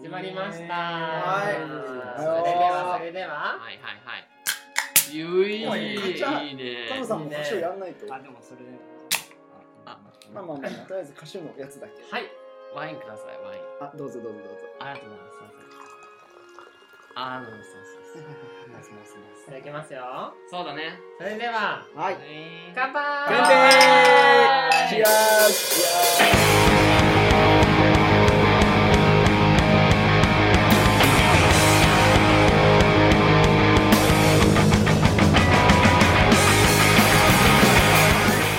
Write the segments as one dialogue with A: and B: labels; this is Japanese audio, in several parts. A: 始まりました。
B: はい
A: それでは、それでは。
C: はいはいはい。ゆい
B: おい
C: い
B: じゃあ
C: いね。
B: タモさんも歌手やんないと。
D: あ、でもそれで。
C: あ
B: まあまあまあ、とりあえず歌手のやつだけ。
C: はい。ワインくださいワイン。
B: あ、どうぞどうぞどうぞ。
C: ありがとうございます。ありがとうございます。そうそうそう
A: いただきますよ。
C: そうだね。
A: それでは、
B: はい。
A: 乾杯。
C: 乾
B: チ
C: 杯
B: アーズ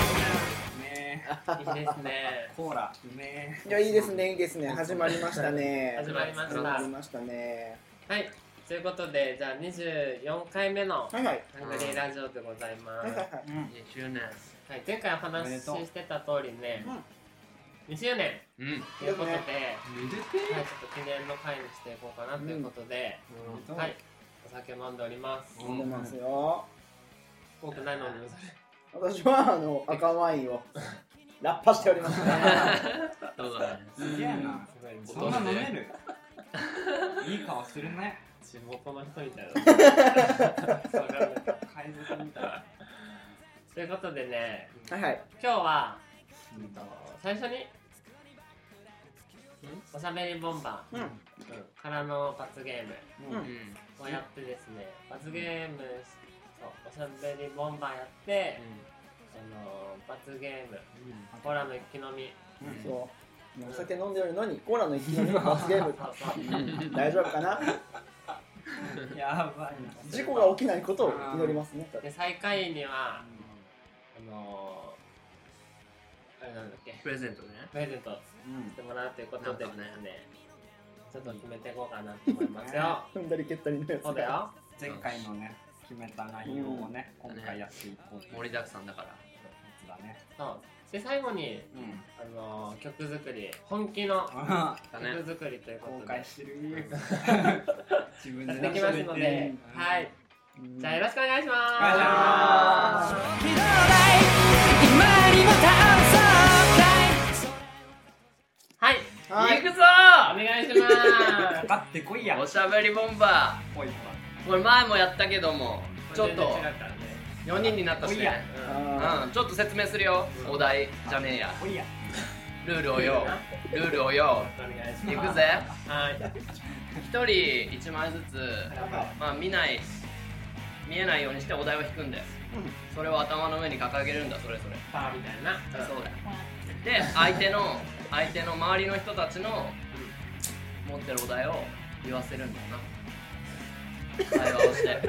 A: い
D: ね
A: いですね。
D: コーラ、うめ
B: いや、いいですね、いいですね。始まりましたね。
A: 始まりました
B: 始まりましたね。
A: はい。ということで、じゃあ24回目の
B: はいはい。
A: ハングリーラジオでございま
B: は
A: す
B: いはい。はい。
D: え。うん。
C: 二周年。
A: はい、前回お話ししてた通りね、2周年
C: うん。めで
A: ということで、
B: で
A: は
B: す
C: て
A: い、ちょっと記念の会にしていこうかなということで、
D: うん
A: はい、お酒飲んでおります。
C: う
B: 飲ん
C: ん
B: でますよ。
A: 多くないのに、
B: 私は、あの、赤ワインを。ラッパしておりますね。
C: え。どうだね。
D: すげえな。
A: すごい
D: そんな飲め るいい顔してるね。
A: 地元の人みたいな。 そうだね
D: 海賊みたいな。
A: ということでね、
B: はいはい。
A: 今日は
D: うんと
A: 最初におしゃべりボンバ
B: うん。
A: ーからの罰ゲーム。
D: う
B: うん
D: ん。
C: ん。
A: をやってですね、罰ゲームそうおしゃべりボンバーやって、あの罰ゲームコーラの一気飲み
D: うん
B: そう。お酒飲んでるのに、コーラの勢いの罰ゲー ム。
A: そうそう
B: 大丈夫かな
D: やばいな。
B: 事故が起きないことを祈りますね。
A: で最下位にはあ
D: う
A: のあれなんだっけ
C: プレゼントね。
A: プレゼントし
D: ん。
A: てもらうということでですね
C: なんか
A: ちょっと決めていこうかなと思いますよ
B: 踏んだり蹴ったりのやつ。
A: そうだ。よ
D: 前回のね、決めた内容をね、今回やっていこうという
C: 盛
D: や
C: りだくさんだから。
D: つだね。
A: そうで最後に
D: うん。
A: あの曲作り本気の
D: あ
C: だね。
A: 曲作りという
D: ー
A: こ
D: 後
A: と
D: 悔
A: で
D: して る。自分
A: や
D: で
A: っていきますので、はいじゃあよろしくお願いします
D: お願いしま
A: はい、
B: はい。
C: 行くぞ
A: お願いしま
D: かかってこいや。
C: ーおしゃべりボンバ
D: ぽいわ
C: ーこれ前もやったけども
A: す。
C: ちょっと
A: 全然違ったね
C: 4人になったし
D: おいや
C: ね
B: あ
C: うん、ちょっと説明するよお題じゃねえや
D: おいや。
C: ルールをよルールをよ
A: お願いし
C: 行
A: ま
C: くぜ
A: す。はい。
C: 1人1枚ずつまあ見ない見えないようにしてお題を引くんだよそれを頭の上に掲げるんだそれぞれ
A: パーみたいな。
C: そうだよで相手の相手の周りの人たちの持ってるお題を言わせるんだよな会話をして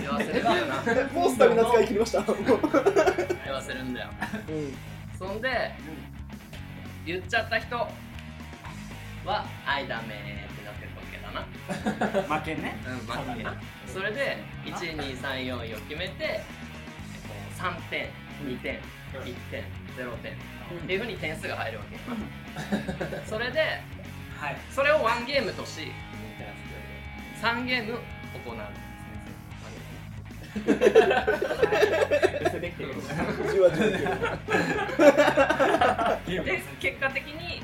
C: 言わせるんだよな
B: あ。もうスタミナ使い切りました。
C: 言わせるんだよ
B: うん
C: そんで言っちゃった人は「あいダメ」ってなってるわけだな
D: 負けね。
C: うんまあなそれで1234位を決めて、えっと、3点2点1点0点っていうふうに点数が入るわけよなそれで
D: はい。
C: それをワンゲームとし3ゲーム行う
A: できてる。
B: じわじわじわ
D: ゲーム
C: で結果的に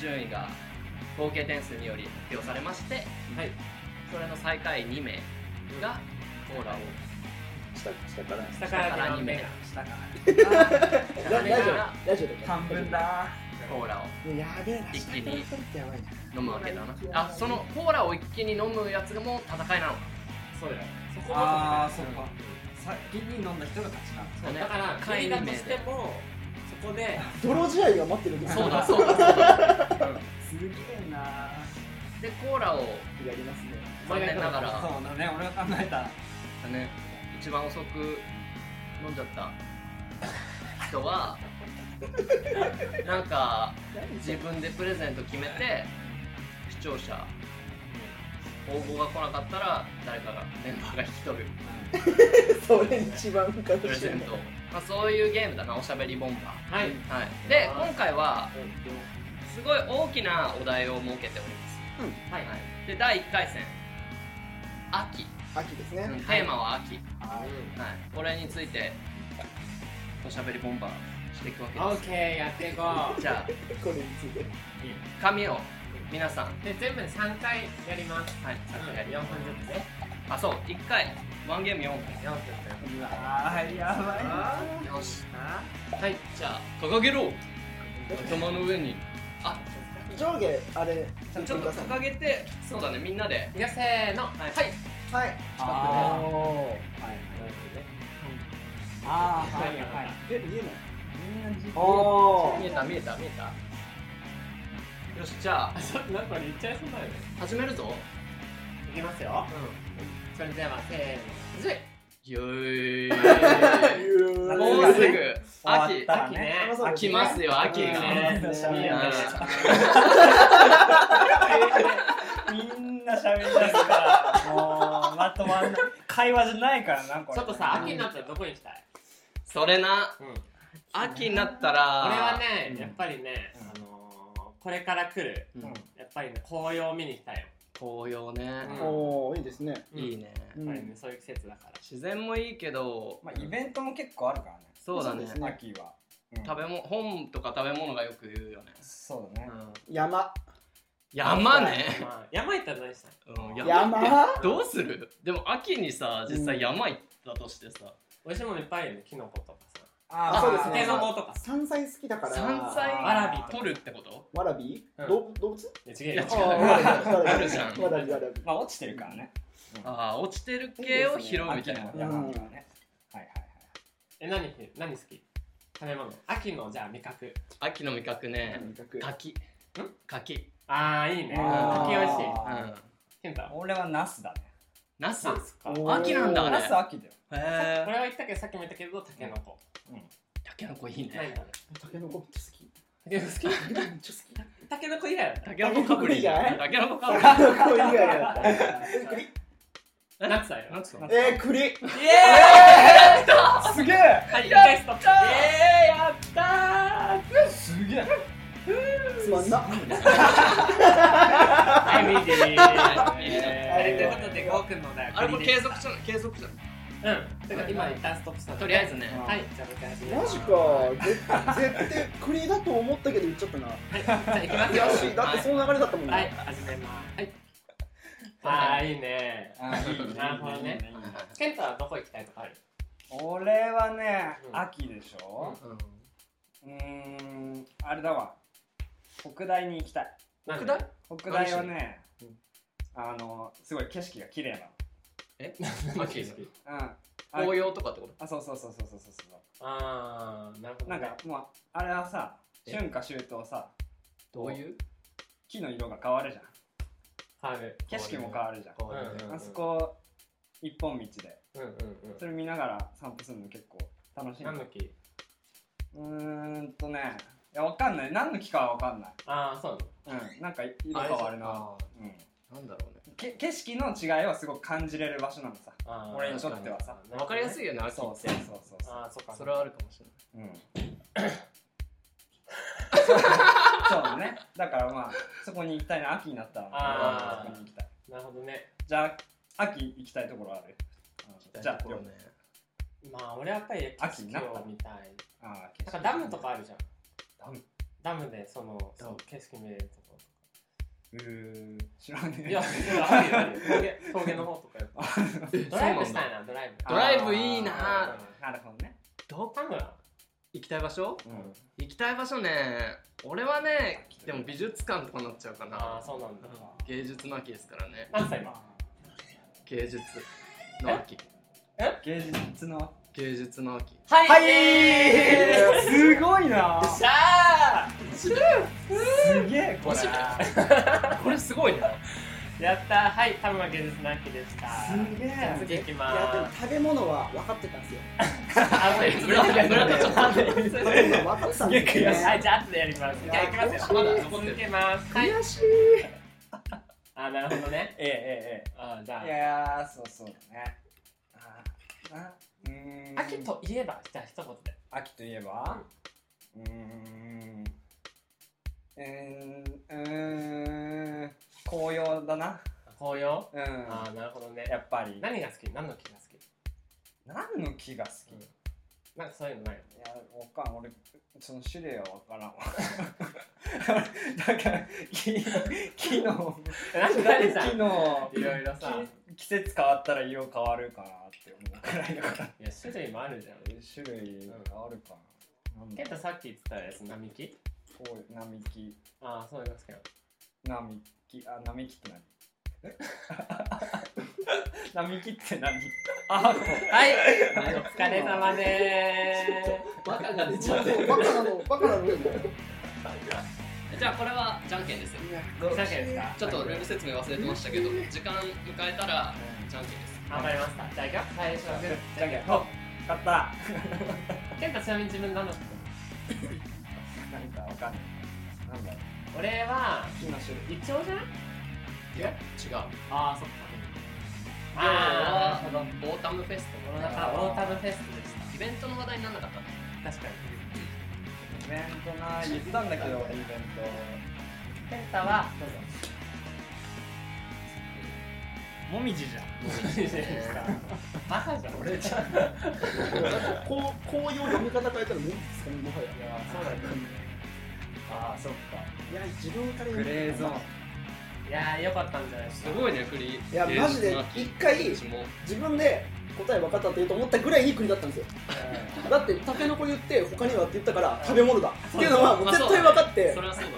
C: 順位が合計点数により発表されまして
A: はい。
C: それの最下位2名がコーラを
B: 下下から。
A: 下から2名。
D: 下から。
B: ララジオラジオで。
D: 半分。だ
C: コーラを
B: やべえな。
C: 一気に
B: 下から二人ってやばいな。
C: 飲むわけだなあそのコーラを一気に飲むやつがもう戦いなのか
A: そうだよ。そこも
D: あーそっか先に飲んだ人が勝ちなん
A: そうだから、会だとしても、そこで、
B: 泥試合が待ってるんですよ
C: そう だそうだそうだ
D: すげえな
C: でコーラを
B: やりますね。
C: 残念ながら
D: そうだね俺が考えた
C: ね一番遅く飲んじゃった人はなんか自分でプレゼント決めて視聴者応募が来なかったら誰かがメンバーが引き取る
B: それ一番浮か
C: プレ
B: して
C: ゼ
B: る
C: ント、まあ、そういうゲームだなおしゃべりボンバ
A: はい。
C: ー、はい、で今回はすごい大きなお題を設けております、
A: はい。
C: はい、で第1回戦秋、
B: 秋です
C: うん
B: ね。
C: テーマは秋、
D: あ
C: はい、これについておしゃべりボンバーしていくわけ
A: オ
C: で
A: ッケー、やっていこう。
C: すじゃ
B: これについ
C: あ
B: て。
C: 紙を皆さん
A: で全部で3回やります
C: はいさっきやり
A: 4分ずつね
C: あそう1回ワンゲーム4
A: 4分
D: うわーやばいな
C: 分よし
A: あ
C: はいじゃあ掲げろ頭の上にあ
B: 上下あれ
C: ちょっと掲げてそうだねみんなで
A: いやせーの
C: はい
B: はい
D: あー
A: お
D: はいあーはいはいえ見えない
B: お
C: 見えた見えた見えたよしじゃあ
A: ーなんか言っちゃいそうだよね
C: 始めるぞ
A: いきますよそれではせーのずい
C: よーい
B: ー
C: もうすぐ
D: 終わ
C: 秋
D: ったら
A: 秋ね
C: 秋ますよ秋
A: 秋
C: ね
A: ね
D: うん
A: いいよね
D: みんな喋りだすからもうまとまんない会話じゃないからなこれ
A: ちょっとさ秋になったらどこに行きたい
C: それな秋になったら
A: 俺はね
D: うん
A: やっぱりね
D: う
A: あ
D: ん
A: のーこれから来る
C: うん
A: やっぱりね紅葉を見に行きたいよ
C: 紅葉
A: う
C: ね
A: ん
B: おおいいですね
C: いいね
A: やっぱりねそういう季節だから
C: 自然もいいけど
D: まあイベントも結構あるからね
C: そうだ
B: そう
C: ね
B: ですね
D: 秋はうん
C: 食べ物本とか食べ物がよく言うよね
D: そうだね
C: うん
B: 山
C: 山ね
A: まあ山行ったら何したい
C: うん山って
B: 山
C: どうするでも秋にさ実際山行ったとしてさ
A: 美味しいものいっぱいあるよねキノコとかさ
D: あ
B: あそうです
A: タ
B: ね
A: ケノコとかさ
B: 山菜好きだから
C: 山菜
A: わらびとか
C: 取るってこと
B: わらび
A: うん
B: 動物動物
A: いや違え
C: いや
A: よ
C: 違
B: あ
C: う
B: ー
C: あ
B: わら
C: る
B: び
C: じゃん
B: わらびわらび
D: まあ落ちてるからね
C: ああ落ちてる系を拾うみたいな
D: 秋の山にはねはいはいはい
A: え何何好き食べ物秋のじゃあ味覚
C: 秋の味覚ね
B: 味覚
C: 柿柿
A: ああいいね
D: あー
A: 柿美味しい
C: うん
A: 健太は
D: 俺はナスだね
C: ナス
A: ナスか
B: おー
C: 秋なんだあれ
D: ナス秋だよ
C: へえ
A: これは言ったけどさっきも言ったけどタケノコ
C: たけのこいい
A: 何
C: ね
A: だね
B: タケノコめっちゃ好
A: タ
B: き
A: ケノコ好
B: めっちゃ好き
A: きタケノコ以外は
C: たけのこかぶりじゃないたけのこかぶり
B: タケノコ以外だった
A: 何歳
C: な
A: よ
C: んつうの
B: えー栗イエーイすげえ
A: はい一回ストップ
C: えー、やった
D: すげえ
B: つまんな
A: はいミーディー
C: はい
A: えーということでゴーくんのだよ
C: あれも
A: 国で
C: 継続じゃない継続じゃない
A: うんてか今一旦ストップした
C: とりあえずね
A: はいじゃあ僕始め
B: マ
A: ます
B: ジかぜ絶対栗だと思ったけど言っちゃったな
A: はいじゃあ行きま
B: 悔
A: す
B: し
A: よ
B: いだってその流れだったもん
A: はい
B: ね
A: 始めますはいああいいね
D: あいいね
A: なるほどね
D: いいね
A: 健太はどこ行きたいとかある
D: 俺はね、
A: うん
D: 秋でしょ
C: うん
D: うーんあれだわ北大に行きたい
A: 何
C: だ
D: 北大はね、あのすごい景色が綺麗
C: え
A: 秋
C: 秋
A: 好き
D: なのうんあ
C: 紅葉とかってこと
D: あそうそうそうそうそうそうそ
A: ああなるほど
D: うな
A: ね
D: んかもうあれはさ
C: え
D: 春夏秋冬さ
C: どういう
D: 木の色が変わるじゃん
A: 変わる
D: 景色も変わるじゃん
C: 変わ
A: うん
D: あそこ一本道で
A: うんうんうん
D: それ見ながら散歩するの結構楽しい
A: 何
D: の
A: の木
D: うーんとねいやわかんない何の木かはわかんない
A: ああそう
D: うんなんか色変わるな
C: あ
D: うん
C: なんだろうね
D: け景色の違いはすごく感じれる場所なのさ
A: なの
D: 俺にとってはさ
A: わ
C: わかりやす
A: い
C: いよね秋
D: そう
C: っ
D: そ
C: て
D: うそうそうそう
A: ああそっか
C: それはあるかもしれない
D: うんそうだねだからまあそこに行きたいな秋になったら
A: あ
C: ー
D: そこに行きたい
A: なるほどね
D: じゃあ秋行きたいところあるじゃあ
C: こうね
A: まあ俺はやっぱり
D: 秋
A: 秋
D: に
A: に
D: な
A: な
D: った
A: みたい
D: あ
A: な
D: ー景
A: ん
D: 色
A: かダムとかあるじゃん
D: ダム
A: ダムでその
C: ダム
A: そう景色見れるとこ
D: うーん知らねえ
A: いやあるよあるよ峠峠の方とかやっぱドライブしたいなドライブ
D: あ
C: ドライブいい
A: あ
C: な
A: ー
D: なるほどね
C: ど
A: 田村
C: 行きたい場所
D: うん
C: 行きたい場所ね俺はねでも美術館とかになっちゃうか
A: ああ
C: な
A: そうなんだ
C: 芸術の秋ですからね
A: 何歳今
C: 芸術の秋
D: 芸術の
C: 芸術の秋
A: はい
B: はい
A: え
D: すごいな
A: ーしゃ
D: すげえこれ
C: 面これすごいね
A: ーやったーはい田村芸術の秋でした
D: すげえ
A: じゃあ次行き
B: いやでも
A: まーす
B: 食べ物は分かってたんですよ
A: あもういい
C: 村田村田ちょっと待って
A: すいま
B: 食
A: せ
B: べ
A: ん
B: 物は分かってたんですよ
A: はい、
B: ね
A: じゃあ後でやります。じゃあ行きますよ。
C: まだ残ってる
A: 続けます。はい。
B: 悔しい
A: あ、なるほどね。
D: えええ
A: あ、じゃ
D: えええいやーそうそうだねあーあうーん
A: あ、秋といえば、じゃあ一言で。
D: 秋といえばうーんうーんうーん紅葉だな
A: 紅葉。
D: うん
A: あ、なるほどね。
D: やっぱり
A: 何が好き？何の木が好き？
D: 何の木が好き、
A: うん
D: い
A: なんかそういうのないの。
D: やわかん俺その種類はわからんわなんかき木の
A: なんかでさ
D: 木の
A: いろいろさ
D: き季節変わったら色変わるかなって思うくらいだから
A: いや種類もあるじゃん
D: 種類あるかななんだ
A: ケンタさっき言ってたやつ並木
D: こう並木
A: ああそうなんですけど
D: 並木あ並木って何え並木って何あ
A: はいお疲れ様でーす
C: バカが出ちゃってる
B: バカなのバカなのいいね
C: じゃあこれはじゃんけんですよ
D: こう
A: じゃんけんですか
C: ちょっとルール説明忘れてましたけど時間迎えたらじゃんけんです
A: 頑張りましたじゃあいくよ最初はグーじゃんけんほ
D: 勝った
A: うケンタちなみに自分何だと思う
D: なんかわかんないなんだろう
A: 俺は
D: 木の種類
A: 一丁じゃん
C: いや違う
A: ああそっか
C: 今日は
A: ああなるほど
C: オータムフェス
A: この
C: ト
A: 中オータムフェストでし
C: イベントの話題にならなかったね
A: た確かに
D: イベントな言ったんだけど俺イベン
A: ケンタはどうぞ
D: トもみじじゃん
A: バカじゃん俺じゃん
B: こうこういう読み方変えたら無理ですかねもはや
D: いや
A: そうだね
D: あーそっか
B: いや自分から言う
D: グレーゾーン
A: いやーよかったんじゃないです
C: す
A: か
C: ごいねクリ
B: いやマジで一回
C: うちも
B: 自分で答え分かったって言うと思ったぐらいいい国だったんですよだってタケノコ言って他にはって言ったから食べ物だっていうのはもう絶対分かって
C: それはそうだね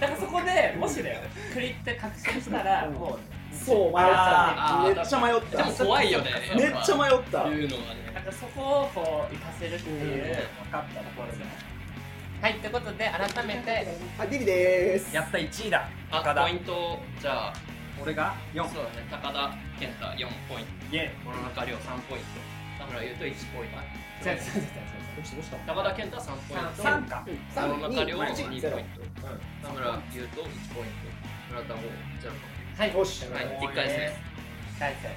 A: だからそこでもしだよ栗って確信したら
B: うん
A: も
B: そう迷っ
C: あ
B: た
C: ー
B: めっちゃ迷っ
C: でも
B: た
C: 怖いよね
B: め
C: 迷
B: っちゃ迷った
C: 言うのは
A: うだ
C: ね
A: からそこをこう活かせるっていう
B: うん
A: 分かったところではいってことで改めて
B: あディリでーす
D: やった1位だ高
C: あ
D: 田
C: ポイントじゃあ
D: 俺が4
C: そうだね高田健太4ポイン
D: イエ
C: ト野中亮3ポイント田村優斗1ポイン
A: 違う違う違う違う
C: ト
B: どうしたどうした
C: 高田健太3ポイント
A: 三
D: 3か
C: 田
B: 3
C: 中亮は2
B: 2
C: ポイン
B: 0
C: ト田村優斗1ポイント村田も0ポイン
A: はい
B: よし
C: はい一回戦です
A: 一回戦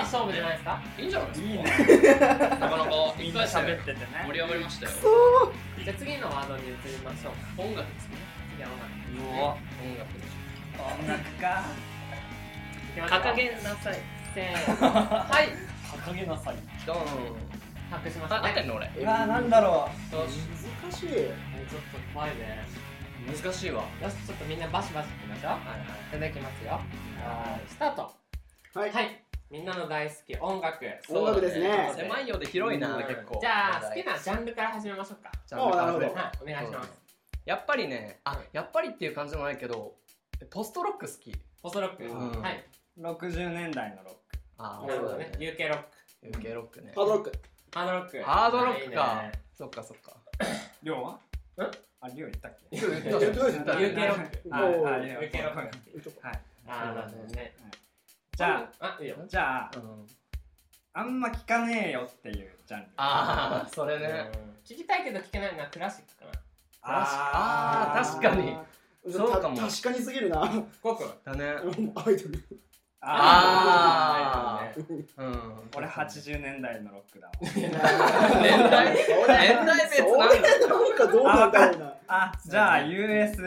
A: いい勝負じゃないですか
C: トいいんじゃないです
D: い
C: か
D: いね
C: なかなか
D: み
C: 一
D: んな
C: 回戦
D: 喋っててね
C: 盛り上がりましたよ
A: じゃあ次のワードに移りましょうか
C: 音楽ですね
A: 次は音楽
D: う
C: 音
D: お
C: 楽で
D: 音楽か
A: いきましょう
C: 掲げなさい
A: せーのはい
D: 掲げなさい
C: ドーン
A: 隠しまし
C: あ
A: た
C: 合って
A: ね
C: んの俺よ
D: うわなんだろ
C: し
B: 難しい
A: ちょっと怖いね
C: 難しいわ
A: よしちょっとみんなバシバシいきましょういただきますよはいスタート
B: は
A: はいいみんなの大好き音楽じ
B: 音楽ですね
C: 狭いようで広いな
A: うん
C: 結構
A: ゃあ好きなジャンルから始めましょうか
C: ジャンルから
B: おーなるほど
A: はいお願いします
C: やっぱりねあ
A: はい
C: やっぱりっていう感じもないけどポストロック好き
A: ポストロック
C: うん
A: はい、
D: う60年代のロ
C: あ
A: なるほどね UK ロック
C: UK ロックね
B: ハードロック
A: ハードロック
C: ハードロック
A: いい
C: か
A: ね
C: そっかそっか
D: ック亮は
A: ん
D: あ亮言ったっけ
C: 言
B: 言った言った
A: 有形ロッ
D: ク
B: お
D: はいはい
B: ー
D: はい
A: 有形ロック
D: はい
A: あーなるほどね
D: じゃ
A: あいいよ
D: あじゃあ
C: うん
D: あんま聞かねえよっていうジャンル
C: ああそれね
A: 聞きたいけど聞けないのはクラシックかな
C: あー確かにそうかも
B: た確かにすぎるな
A: ゴくん
C: だね
B: アイド ル
C: あ
A: ー
C: うん
D: 俺80年代のロックだわ
C: 年代年代別
B: そ
C: なん
B: れ
C: だ
B: なんかどうなんだろうな
D: あじゃあ US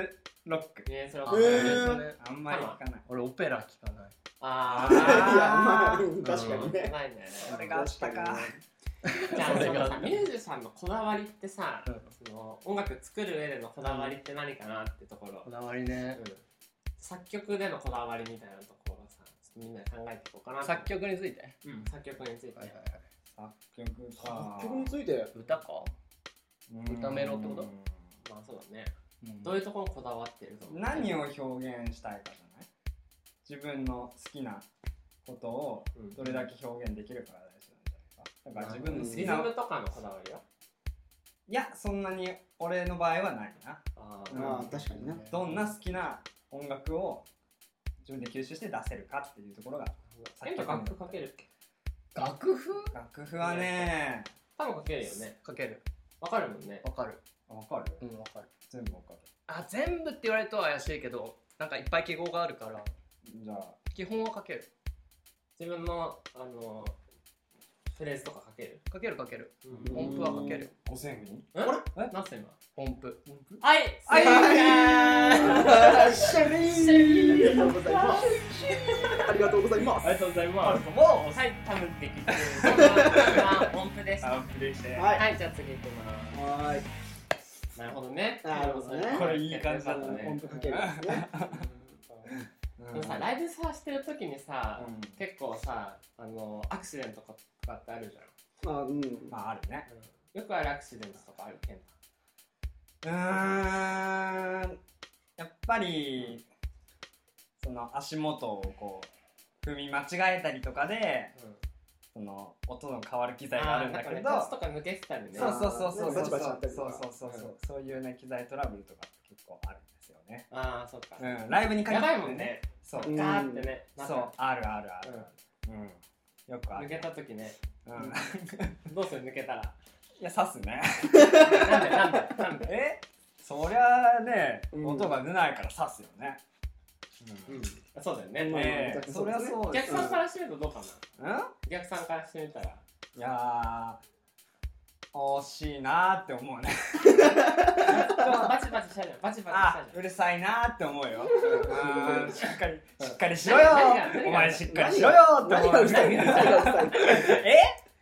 D: ロック
A: ねそれは
B: えー
D: あんまり聞かない
C: 俺オペラ聞かない
A: あ
B: いや
A: ー
B: まあうん確かに
A: や
B: ね
A: ばいね
D: それがあったか
A: じゃあ
C: そ
A: そ
C: れ
A: の
C: が
A: さミュージシャンのこだわりってさその音楽作る上でのこだわりって何かなってところ
C: こだわりね
A: 作曲でのこだわりみたいなところをさちょっとみんなで考えていこうかなと
C: 作曲について
A: うん作曲について、
D: 作曲か
B: 作曲について
C: 歌か歌メロってこと
A: まあそうだね
D: うん
A: どういうところにこだわってると思う
D: 何を表現したいかじゃない自分の好きなことを
A: うん
D: どれだけ表現できるから大事なんじゃないかだから自分の好
A: リ
D: き
A: ズム
D: な
A: とかのこだわりよ
D: いやそんなに俺の場合はないな
A: あ
D: うん
A: ー
B: まあ確かにな
D: どんな好きな音楽を自分で吸収して出せるかっていうところが
A: ケント楽譜かけるっけ
C: 楽譜
D: 楽譜はね
A: 多分かけるよね
C: かける
A: わかるもんね
C: わかる
D: わかる
C: うんわかる
D: 全部わかる
C: あ全部って言われると怪しいけどなんかいっぱい記号があるから
D: じゃあ
C: 基本はかける
A: 自分のあのフレーズとかかける、
C: かけるかける
B: ん
C: 音符はかける
D: 五千円に
A: 何歳今
C: 音符
A: はい
D: はい
B: あーシェリーありがとうございますありがとうございま
A: あ
B: す
A: りがとうございます
D: も
A: はい、多分って聞いてる。そんな音符です。
D: アップでして
B: はい
A: はい、じゃあ次行きます。
B: はーい
A: なるほどね。
B: なるほどね
D: これいい感じだった
B: うん音
D: ね
B: 符かけるんですね。
D: うん
A: でもさ、ライブさしてる時にさ、
D: うん
A: 結構さ、あの、アクシデントとかってあるじゃん。
B: まあ、うん。
D: まああるね
A: よくあるアクシデントとかあるけん。
D: うーんやっぱりその足元をこう踏み間違えたりとかで
A: うん
D: その音の変わる機材があるんだけど、
A: あーなんかね、パスとか抜けてたんでね。
D: そうそうそうそ
B: バ
D: うそう
B: チ
D: そう
B: バチなったりと
D: そう
B: か
D: そうそうそうそういうね機材トラブルとか結構あるんですよね
A: ああ、そっか。
D: うんライブに限
A: や
D: って
A: ばいもんね。
D: そう
B: うん
A: ガーってね。なんか
D: そうあるあるあるうんよくあ
A: 抜け
D: る
A: た時ね。
D: うんい
A: どうする抜けたら。
D: や刺すね
A: なんでなんでなんで。
D: えそりゃあね
B: うん
D: 音が出ないから刺すよねうん
A: うん。そうだよ
B: まあ
A: ね。
D: ええそりゃそう
A: お
D: で
A: 客
D: す
A: さんからしてみるとどうかな。
D: うん
A: お客さんからしてみたら。
D: いやー惜しいなーって思うね
A: バチバチしたじゃん。バチバチした
D: あ
A: じゃん
D: う。るさいなーって思うようんしっかりしっかりしろよ
A: 何が何が
D: お前しっかりしろよって
B: 何
D: 思
B: がう
D: う
B: るさい何がうるさい
D: え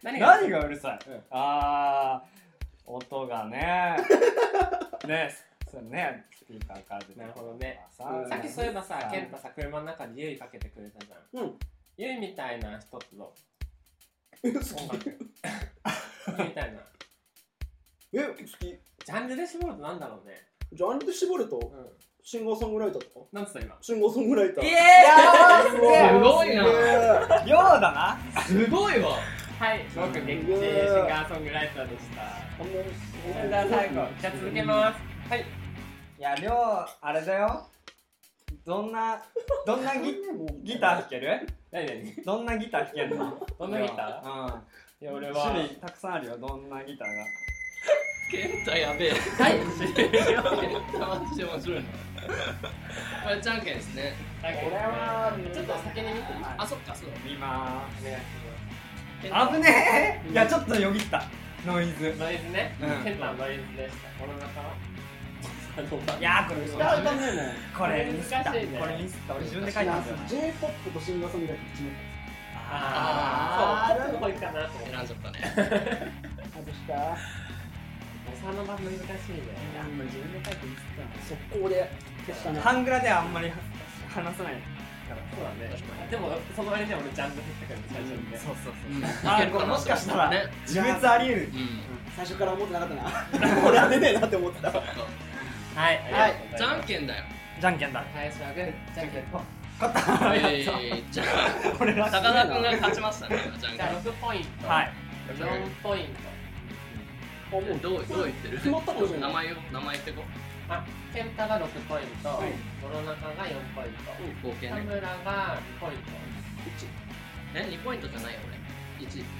A: 何が
D: 何がうるさい、
A: うん
D: あー音がねねそうねスピーカーから出てく
A: なるほ
D: の
A: ど
D: が
A: ね
D: さ
B: うん
A: さっきそういえばさ
D: う、ん
A: ケンタさ、車の中でユイかけてくれたじゃん。
B: うん。
A: ユイみたいな人とど
B: え、
A: う音
B: 好き
A: 楽。ユイみたいな。
B: え、好き。
A: ジャンルで絞るとなんだろうね。
B: ジャンルで絞る
A: う
B: と、
A: ん。
B: シンガーソングライターとか
A: なんつった今。
B: シンガーソングライター。
D: イエ
B: す
D: ーイや
C: ごいな
B: な。
D: ーようだな
C: すごいわ
A: はい、僕、劇中シンガーソングライターでした。
B: こん
A: そ
B: な
A: れでは最後、じゃあ続けます。はい。
D: いやりょうあれだよど んなどんなギギター弾ける
A: 何何
D: どんなギター弾けるの
A: どんなギタ
D: ー
A: いや、俺
D: うん
A: は。
D: 種類たくさんあるよどんなギターが
C: ケンタやべえ
A: はい。
C: ケンタマジで面白いなあれじゃんけんですね
A: これは、ちょっと先に見てみます。
C: あそっかそうだ
D: 見ま
A: お願いし
C: ケンタ
D: ーす危ねえいやちょっとよぎったノイズ
A: ます。ノイズね
D: う。ん
A: ケンタのノイズでした。この中は。
D: いやーこれ
B: 歌
D: だ
B: は歌んないのよ。
D: これミスった、
A: 難しいね
D: これミスった俺自分で書いたんですよ
B: J-POP とシンガーソングライターって決めた。
A: あ
D: あ
A: あ、そう。どこ行くかなと思って。
C: 選んじゃったね
B: 外した。
A: おさの場難しいね。
D: あんまり自分で書いてミスった
B: 速攻で消した
D: な
B: ね。
D: ハングラではあんまり話さないから
A: そうだね
C: 確かに
A: でも、その割には俺ジャンル振ったから、最初にね。
D: そうそう
C: うん
D: あーこれもしかしたら
C: ね
D: 自滅あり得る
C: うん
B: 最初から思ってなかった な。俺は出ねえなって思ってた。
C: そっか
A: はい、あ
C: じ
A: りがとうご
C: ゃ
A: ざいま
C: ん
A: す。
C: けんだよ
D: じゃんけんだ
A: 最初はグー、じゃんけんぽん。
D: 勝った
C: えーじゃあ
D: 俺ら
C: 高田君が勝ちましたねじゃん
A: じゃあ
C: け
A: 6ポイント。
D: はい
A: 4ポイント。
B: あ、もう、
C: んどうどう言ってる
B: 決まったかもしれない
C: 名前を名前言ってこ
A: あ、ケンタが6ポイント
B: うん、
A: コロナ禍が4ポイン
C: う合計
A: ト、田
C: ね
A: 村が2ポイン
C: え2ポイントじゃないよ俺1
A: ト。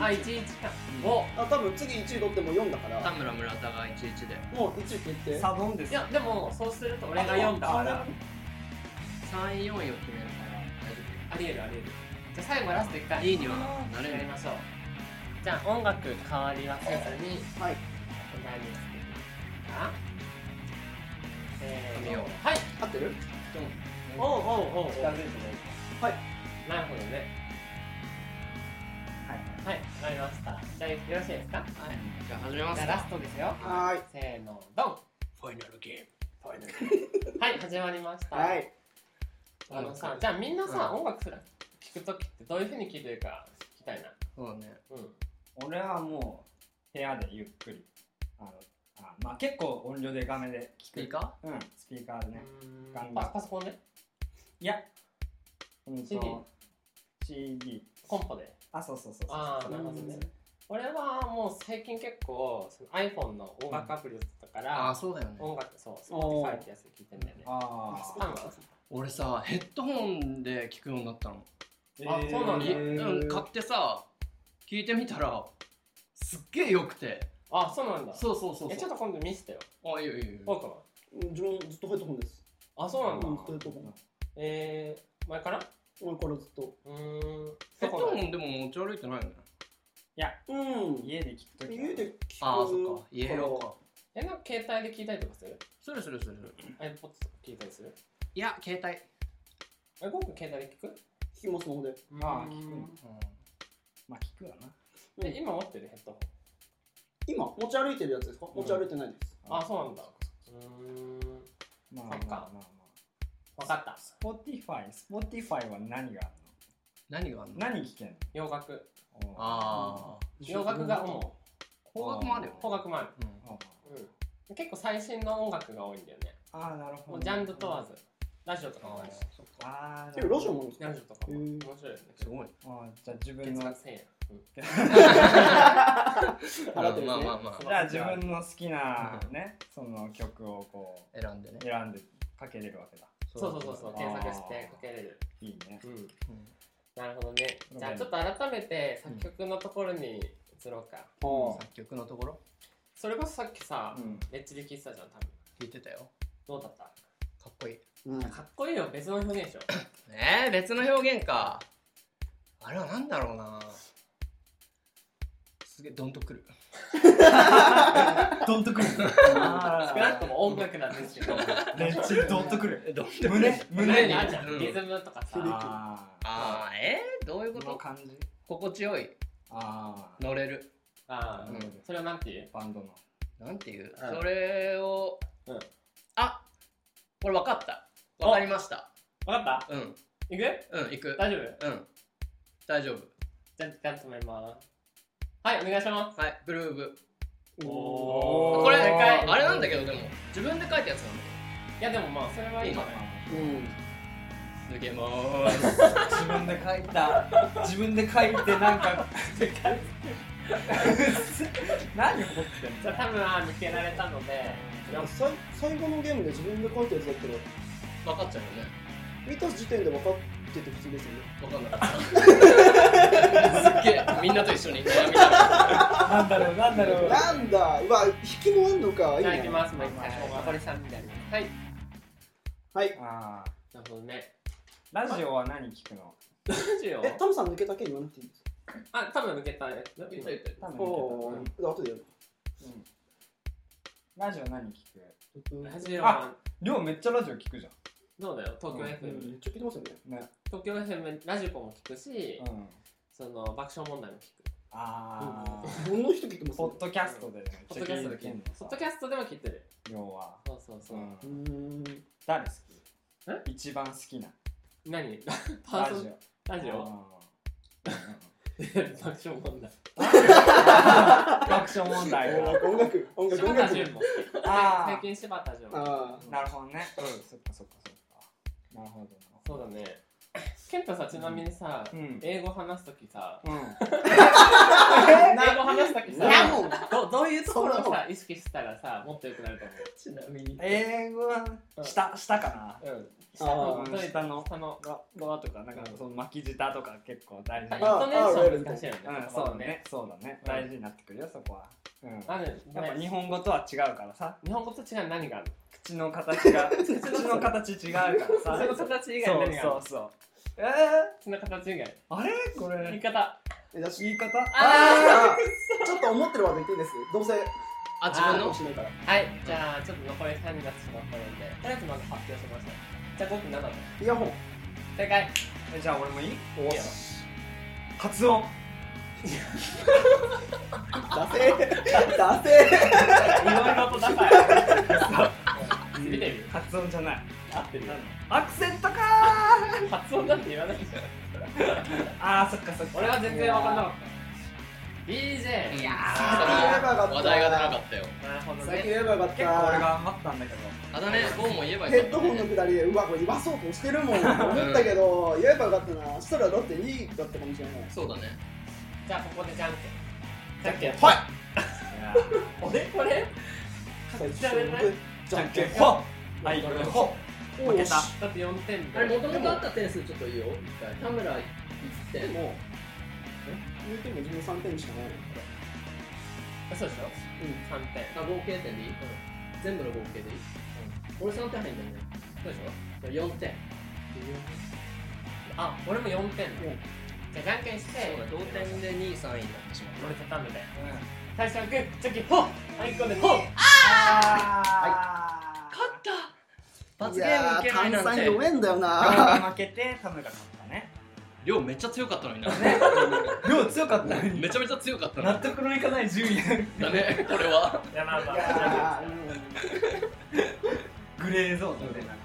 A: あ、1、1か。お
B: あ、多分次1位取っても4だから
C: 田、村村田が11で
B: もう1位決定。
D: サドンです
A: いや、でも、そうすると俺が4だから、
C: 3位4位を決めるから大丈
A: ありえるありえる。じゃあ最後ラスト1
C: 夫
A: 回。
C: 2位にはなれ
A: や
C: る
A: りましょう。じゃあ音楽変わりはせずに、
B: はい。
A: 何をつけていくかせー
C: 髪を
A: の。はい。
B: 合ってる
A: おうおうおうおう。
D: づいて
B: はい。
A: なるほどね。
D: はい
A: はい、わかりました。じゃあよろしいですか
C: はいじゃあ始めま
A: じ
C: す
A: ゃあ
C: か
A: ラストですよ。
B: はーい。
A: せーの、ドン
C: ファイナルゲ
A: はい、始まりました。
B: はい。
A: あのさ、じゃあみんなさ、
C: うん
A: 音楽すら聞くときってどういうふうに聞いてるか聞きたいな。
C: ームそうね
A: うん。
D: 俺はもう部屋でゆっくりあのあまあ結構音量で画面で
C: スピーカー
D: うんスピーカーでねガンガン
A: パパソコンね、
D: いやうんと
A: CD
D: CD
A: コンポで。
D: あそうそうそうそう
A: ああ、なるほどね。俺はもう最近結構その iPhone の音楽アプリだったか
C: あ
A: ら、
C: あそうだよね
A: 音楽、そう、
D: お
A: Spotify
D: ー
A: ってやつで聞いてんだよね。
D: あ
A: パンは
C: 俺さヘッドホンで聞くようになったの
D: ー
A: あそうなんだ
C: いうん買ってさ聞いてみたらすっげえ良くて
A: あ、そうなんだ。
C: そうそうそう
A: え、ち
C: そ
A: ょっ
C: う
A: と今度見せてよ。
C: あいいよいいよいい
A: 僕
C: よ
A: は。
B: 自分ずっとヘッドホンです。
A: あ、そうなんだ
B: う。んずっとヘッドホン。
A: えー、前から
B: 俺からずっと。
A: うーん。
C: ヘッドホ
A: どこ
C: ンでも持ち歩いてないよね
B: うん。
D: 家で聞くとき
B: 家で聞く。
C: ああそっか家用か
A: え、なんか携帯で聞いたりとかする
C: するするする
A: ?iPod とか聞いたりする
C: いや携帯
A: え、僕携帯で聞く
B: 聞きますので。
D: まあ
A: うーん
D: 聞くよまあ聞くわな
A: え、今持ってるヘッドホン。
B: 今、持ち歩いてるやつですか持ち歩いてないです。
A: あ、そうなんだ。うーん。
D: まあま
A: そ
D: あ
A: っ
D: ま
A: か
D: あま
A: わかった
D: あ。スポティファイスポティファイは何があ
C: 何があん
D: る
C: の
D: の何聞けんの
A: 洋楽。
C: あ
A: 洋楽が主。
C: 邦楽もあるよね
A: 邦楽もある。
C: ー、
D: あー
A: うん。結構最新の音楽が多いんだよね。
D: あーなるほど
A: もうジャンル問わず。ラジオとか
C: あ
A: もあ
C: ー
A: るし。
C: そっか
D: ああ
B: 結構ロジオも
A: ラジオとかも。
B: へ
A: 面
B: ー
A: 白いよね。
C: すごい
D: あーじゃあ自分
A: 月
D: の
A: 額1000円。うん
B: 払ってるんですね
C: まあまあまあ
A: そ
D: じゃあ自分の好きなね、その曲をこ
C: 選んでね
D: う選んでかけれるわけだ。
A: そうそうそうそう。
D: あー
A: 検索してかけれる。
D: いいね。
A: うん。
C: うん
A: なるほどね。じゃあちょっと改めて作曲のところに移ろうか。
B: あ
C: 作曲のところ
A: それこそさっきさ
D: う、ん。
A: レッチリ聞いてたじゃん、多分。
C: 聞いてたよ
A: どうだった
C: かっこいい
B: うん
A: かっこいいよ、別の表現でしょ。
C: えー、別の表現かあれは何だろうなすげえドンとくる
D: ドンとくる。
A: 少なくとも音楽なんですけど、
D: レッチリドンとくる。
C: ドンと
D: 胸
A: 胸
D: 胸
A: に
D: に。
A: あるじゃ。
C: うんん
A: リズムとかさ。
D: あー
C: あーえー、どういうこ
D: この
C: と
D: 感じ。
C: 心地よい
D: あ
C: 乗れる
A: ああ、
C: うん
A: それをなんていう
D: あ。バンドの。
C: なんていう、
A: うん
C: それを、
A: うん
C: あこれ分かった分かりました
A: わかっ
C: うん
A: たいく
C: うん行く
A: 大丈夫
C: うん大丈夫
A: じゃあ、一旦止めます。はい、お願いしま
C: はいブルーブ
A: す。
D: おー
C: これ
A: でかい
C: あれなんだけどでも自分で書いたやつなんだよ
A: いや、でもまあ、それはいいじゃない。
B: うん
C: すげえまーす
D: 自分で書いた。自分で書いてなんか。何掘ってん
A: じゃあ、多分あー抜けられたので、よし
B: さい最後のゲームで自分で書いたやつだけど
C: 分かっちゃうよね
B: 見た時点で分かってて普通ですよね
C: 分かんなか ったすっげえみんなと 一緒に悩みながら
D: の。なんだろうなんだろう。
B: なんだうわ引きもあんのかいい
A: じゃあ、
B: ね
A: いきます、もう一回。
D: はい
A: 残り3みたいな。はい。
B: はい
D: あー
A: なるほどね。
D: ラジオは何聞くの？
A: ラジオ
B: えタムさん抜けたけ言わなくていいんですか
A: あ、多分抜けたやつ。
C: 言った言った
D: 多分
B: お
D: 聞
B: ー
D: け
B: じゃあ後でやる
D: た。うん。ラジオ何聞く？
A: ラジオは、
D: りょうめっちゃラジオ聞くじゃん。
A: そうだよ、東京
B: うん
A: FM。
B: めっちゃ聞いてますよね
D: ね、
A: 東京 FM ラジコも聞くし、
D: うん、
A: その爆笑問題も聞く
D: あー、
B: どんな人聞いてます
D: ポッドキャストでめ
A: ポ
D: っ
A: ッ
D: ち
A: ド
D: ゃ
A: キャスト
D: 聞
A: で
D: いて
A: 聞
D: ん
A: い
D: の
A: てるポッドキャストでも聞いてる
D: 要は、
A: そうそうそうう、
D: ん
B: う、ーん
D: 誰好き一番好きな
A: 何 パー
D: ラ
A: ソ
D: ジ
A: ラ
D: オ
A: ジオ爆笑問題
D: アクション 問題が
B: 音楽音楽
A: 柴
B: 音
A: 田
B: 楽
A: 純も
D: あー
A: 最近柴田純も
B: あ
D: なるほどね、
A: うん
D: そっかそっかそっかなるほどなるほ
A: そうだねケントさちなみにさ、
D: どうん
A: 英語話すとき さ
D: う ん
A: 英語話すとき
B: ー
A: さ
B: なもん
A: どどういうところを
B: そんな
A: さ意識したらさもっと良くなると思
C: ちなみに
D: 英語は下下か
A: うう
D: な
A: ん下の
D: あー
A: どういう
D: 下の
A: 下の
D: ががとかなんかその巻き舌とか結構大事
A: あイン
D: な
A: トネーション難しいよね
D: うんそうだねそうだね大事になってくるよそこはうんや
A: ある
D: っぱ日本語とは違うから さ
A: 日本語と違う何がある
D: 口の形が 口の形違うから さ
A: の形以外何があ
D: そう
A: る
D: そうそうえー、
A: 口の形以外
D: あれこ
A: 言い
D: れ
A: 方
B: えだし
D: 言い方
B: あーちょっと思ってるワード言っていいですどうせ
C: あ自分
B: か
C: の
B: もしれないから
A: はい、じゃあちょっと残り3になってしまったので、とりあえずまず発表しましょう。じゃあ僕7番。
B: イヤホン
A: 正解。
D: えじゃあ俺もいい
B: お
A: いいよ
D: カツオ
B: ダセ ーダセ
A: いろいろとダサい。見てみる。
D: カツオじゃない
A: 合ってるよ。
D: アクセントかー
A: 発音だって言わないでしょ。
D: あーそっかそっか
A: 俺は全然わかんなかった。BJ。
C: いや
B: ー
C: 話題が出なかったよ
A: なるほど
B: ーさっき
A: ね。
B: 言えばよかっ
D: 結構俺
B: た
D: が頑張ったんだけど
C: あだねゴーも言えば
B: ヘ
C: よ
B: ッ
C: か
B: ド
C: ったね
B: ホンのくだりでうわこれ言わそうとしてるもん思ったけど言えばよかったなそしたらだっていいだったかもしれない
C: そうだね
A: じゃあここでじゃんけん。じゃんけん。
B: はい
A: 俺これ
B: 最初
A: じゃあね
B: じゃんけん
D: ほんはいこれほん
B: お
D: 負けた
A: だって4点で。
C: あれもともとあった点数ちょっといいよ一回田村1
B: で
C: 点
B: もえ言うても自分3点しかないのこれ
A: そうでしょ
B: うん
A: 3点。
C: あ合計点でいい、全部の合計でいい、俺3点入んだよね
A: そうでし
C: こ
A: ょ
C: れ4点
A: あ、俺も4点
B: うん
A: じゃあじゃんけんして、
C: 同点で2位3位になってしま
A: 俺畳んで。
D: うん
A: 最初はグー、チョキ、ホッアイコンでホッ
D: あー
C: 勝った罰
B: い
C: ゲー
B: や
C: ムいけ
B: ー
C: ない
B: 炭
C: なん
B: 酸
C: て
B: 弱えんだよ
D: 俺
B: な
D: が負けて田村が勝ったね
C: 量めっちゃ強かったのに な
D: 量強かったのに
C: めちゃめちゃ強かったの
D: 納
C: に
D: 得のいかない順位
C: だねこれはい
A: やまあまあ
B: いや
D: グレーゾーンだね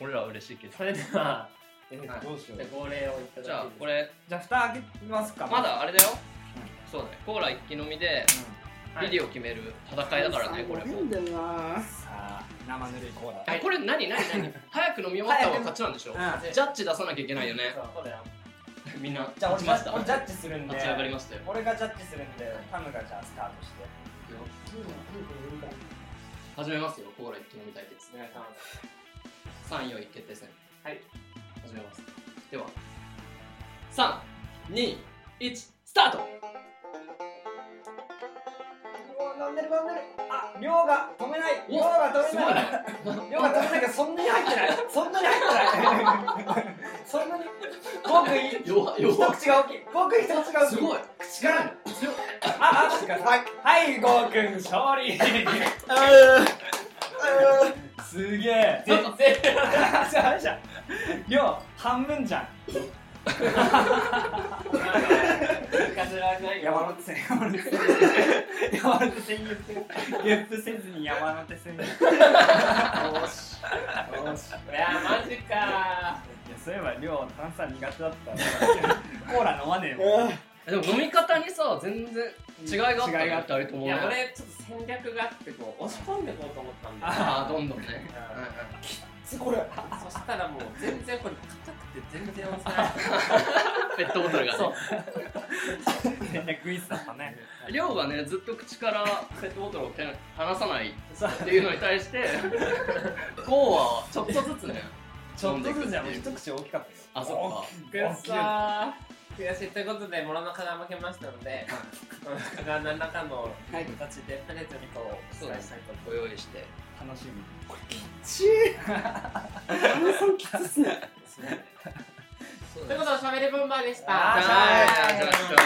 C: 俺らは嬉しいけど
A: それでは
D: え
C: はい
D: どうしよう
A: じゃあ号令をいただいて
C: じゃあこれ
D: じゃあ蓋開けますか
C: まだあれだよそうだねコーラ一気飲みで
A: はい
C: ビデオ決める戦いだからねこれ
B: いい
C: も
B: んだよな
D: さあ生ぬるいコーラ
C: えこれ何何何早く飲み終わった方が勝ちなんでしょ
D: う
C: ジャッジ出さなきゃいけないよね
A: そうそうだよ
C: みんな
D: じゃあ
C: 勝ち
D: 俺ジャ
C: ました
D: ッ俺
C: 勝
D: ジャッジするんで
C: ち上がりましたよ
D: 俺がジャッジするんでタムがじゃあスタートして
C: 始めますよコーラ一気飲み対決
A: お願いします
C: 3位4位決定戦
A: はい
C: 始めますでは321スタート
D: うわ飲んでる飲んでるあ量が止めない
C: お
D: 量が止
C: す
D: め
C: ごい
D: ない量が止めないからそんなに入ってないそんなに入ってない そんなに僕 一
C: 弱い弱い
D: 口が大きい僕一口が大きい
C: す ごい
D: 口からあ、あ、はい、はい、ゴーくん勝利。
B: あーあー
D: すげえ。
A: 全然
D: じゃあ、あれじゃん。量半分じゃん。
A: かずらないよ
D: 山手線、山手線。山手線言ってる。ゲップせずに山手線。よし。よし。
A: いやマジか
D: いやそういえば量炭酸苦手だった。コーラ飲まねえよ。
B: あー
C: でも飲み方にさ全然違いがあった
D: 違いが
C: ね
D: あっ
C: 二人とも
A: い
C: ね
A: や俺ちょっと戦略があってこう押し込んでこうと思ったん だよ
C: ああどんどんね
A: うん
B: つこれ
A: そしたらもう全然これ硬くて全然押せない
C: ペットボトルがね
A: そう
D: 戦略ミスだったね。
C: 量がねずっと口からペットボトルを手離さない
D: そう
C: っていうのに対 してゴーはちょっとずつね
D: ちょっとずつじゃん。
C: 飲んでいくって
D: 一
C: いう
D: 口大きかったよ。
C: あそっか
A: くっそー悔しいということで諸中が負けましたので諸中が何らかの
B: はい
A: 形でプレゼントをお伝えしたいと思い
C: ご用意して
D: 楽しみ。
B: ちー山田さんきつっすね
A: ますということでおしゃべりボンバーでした
D: あ
C: ーはいありがとうございました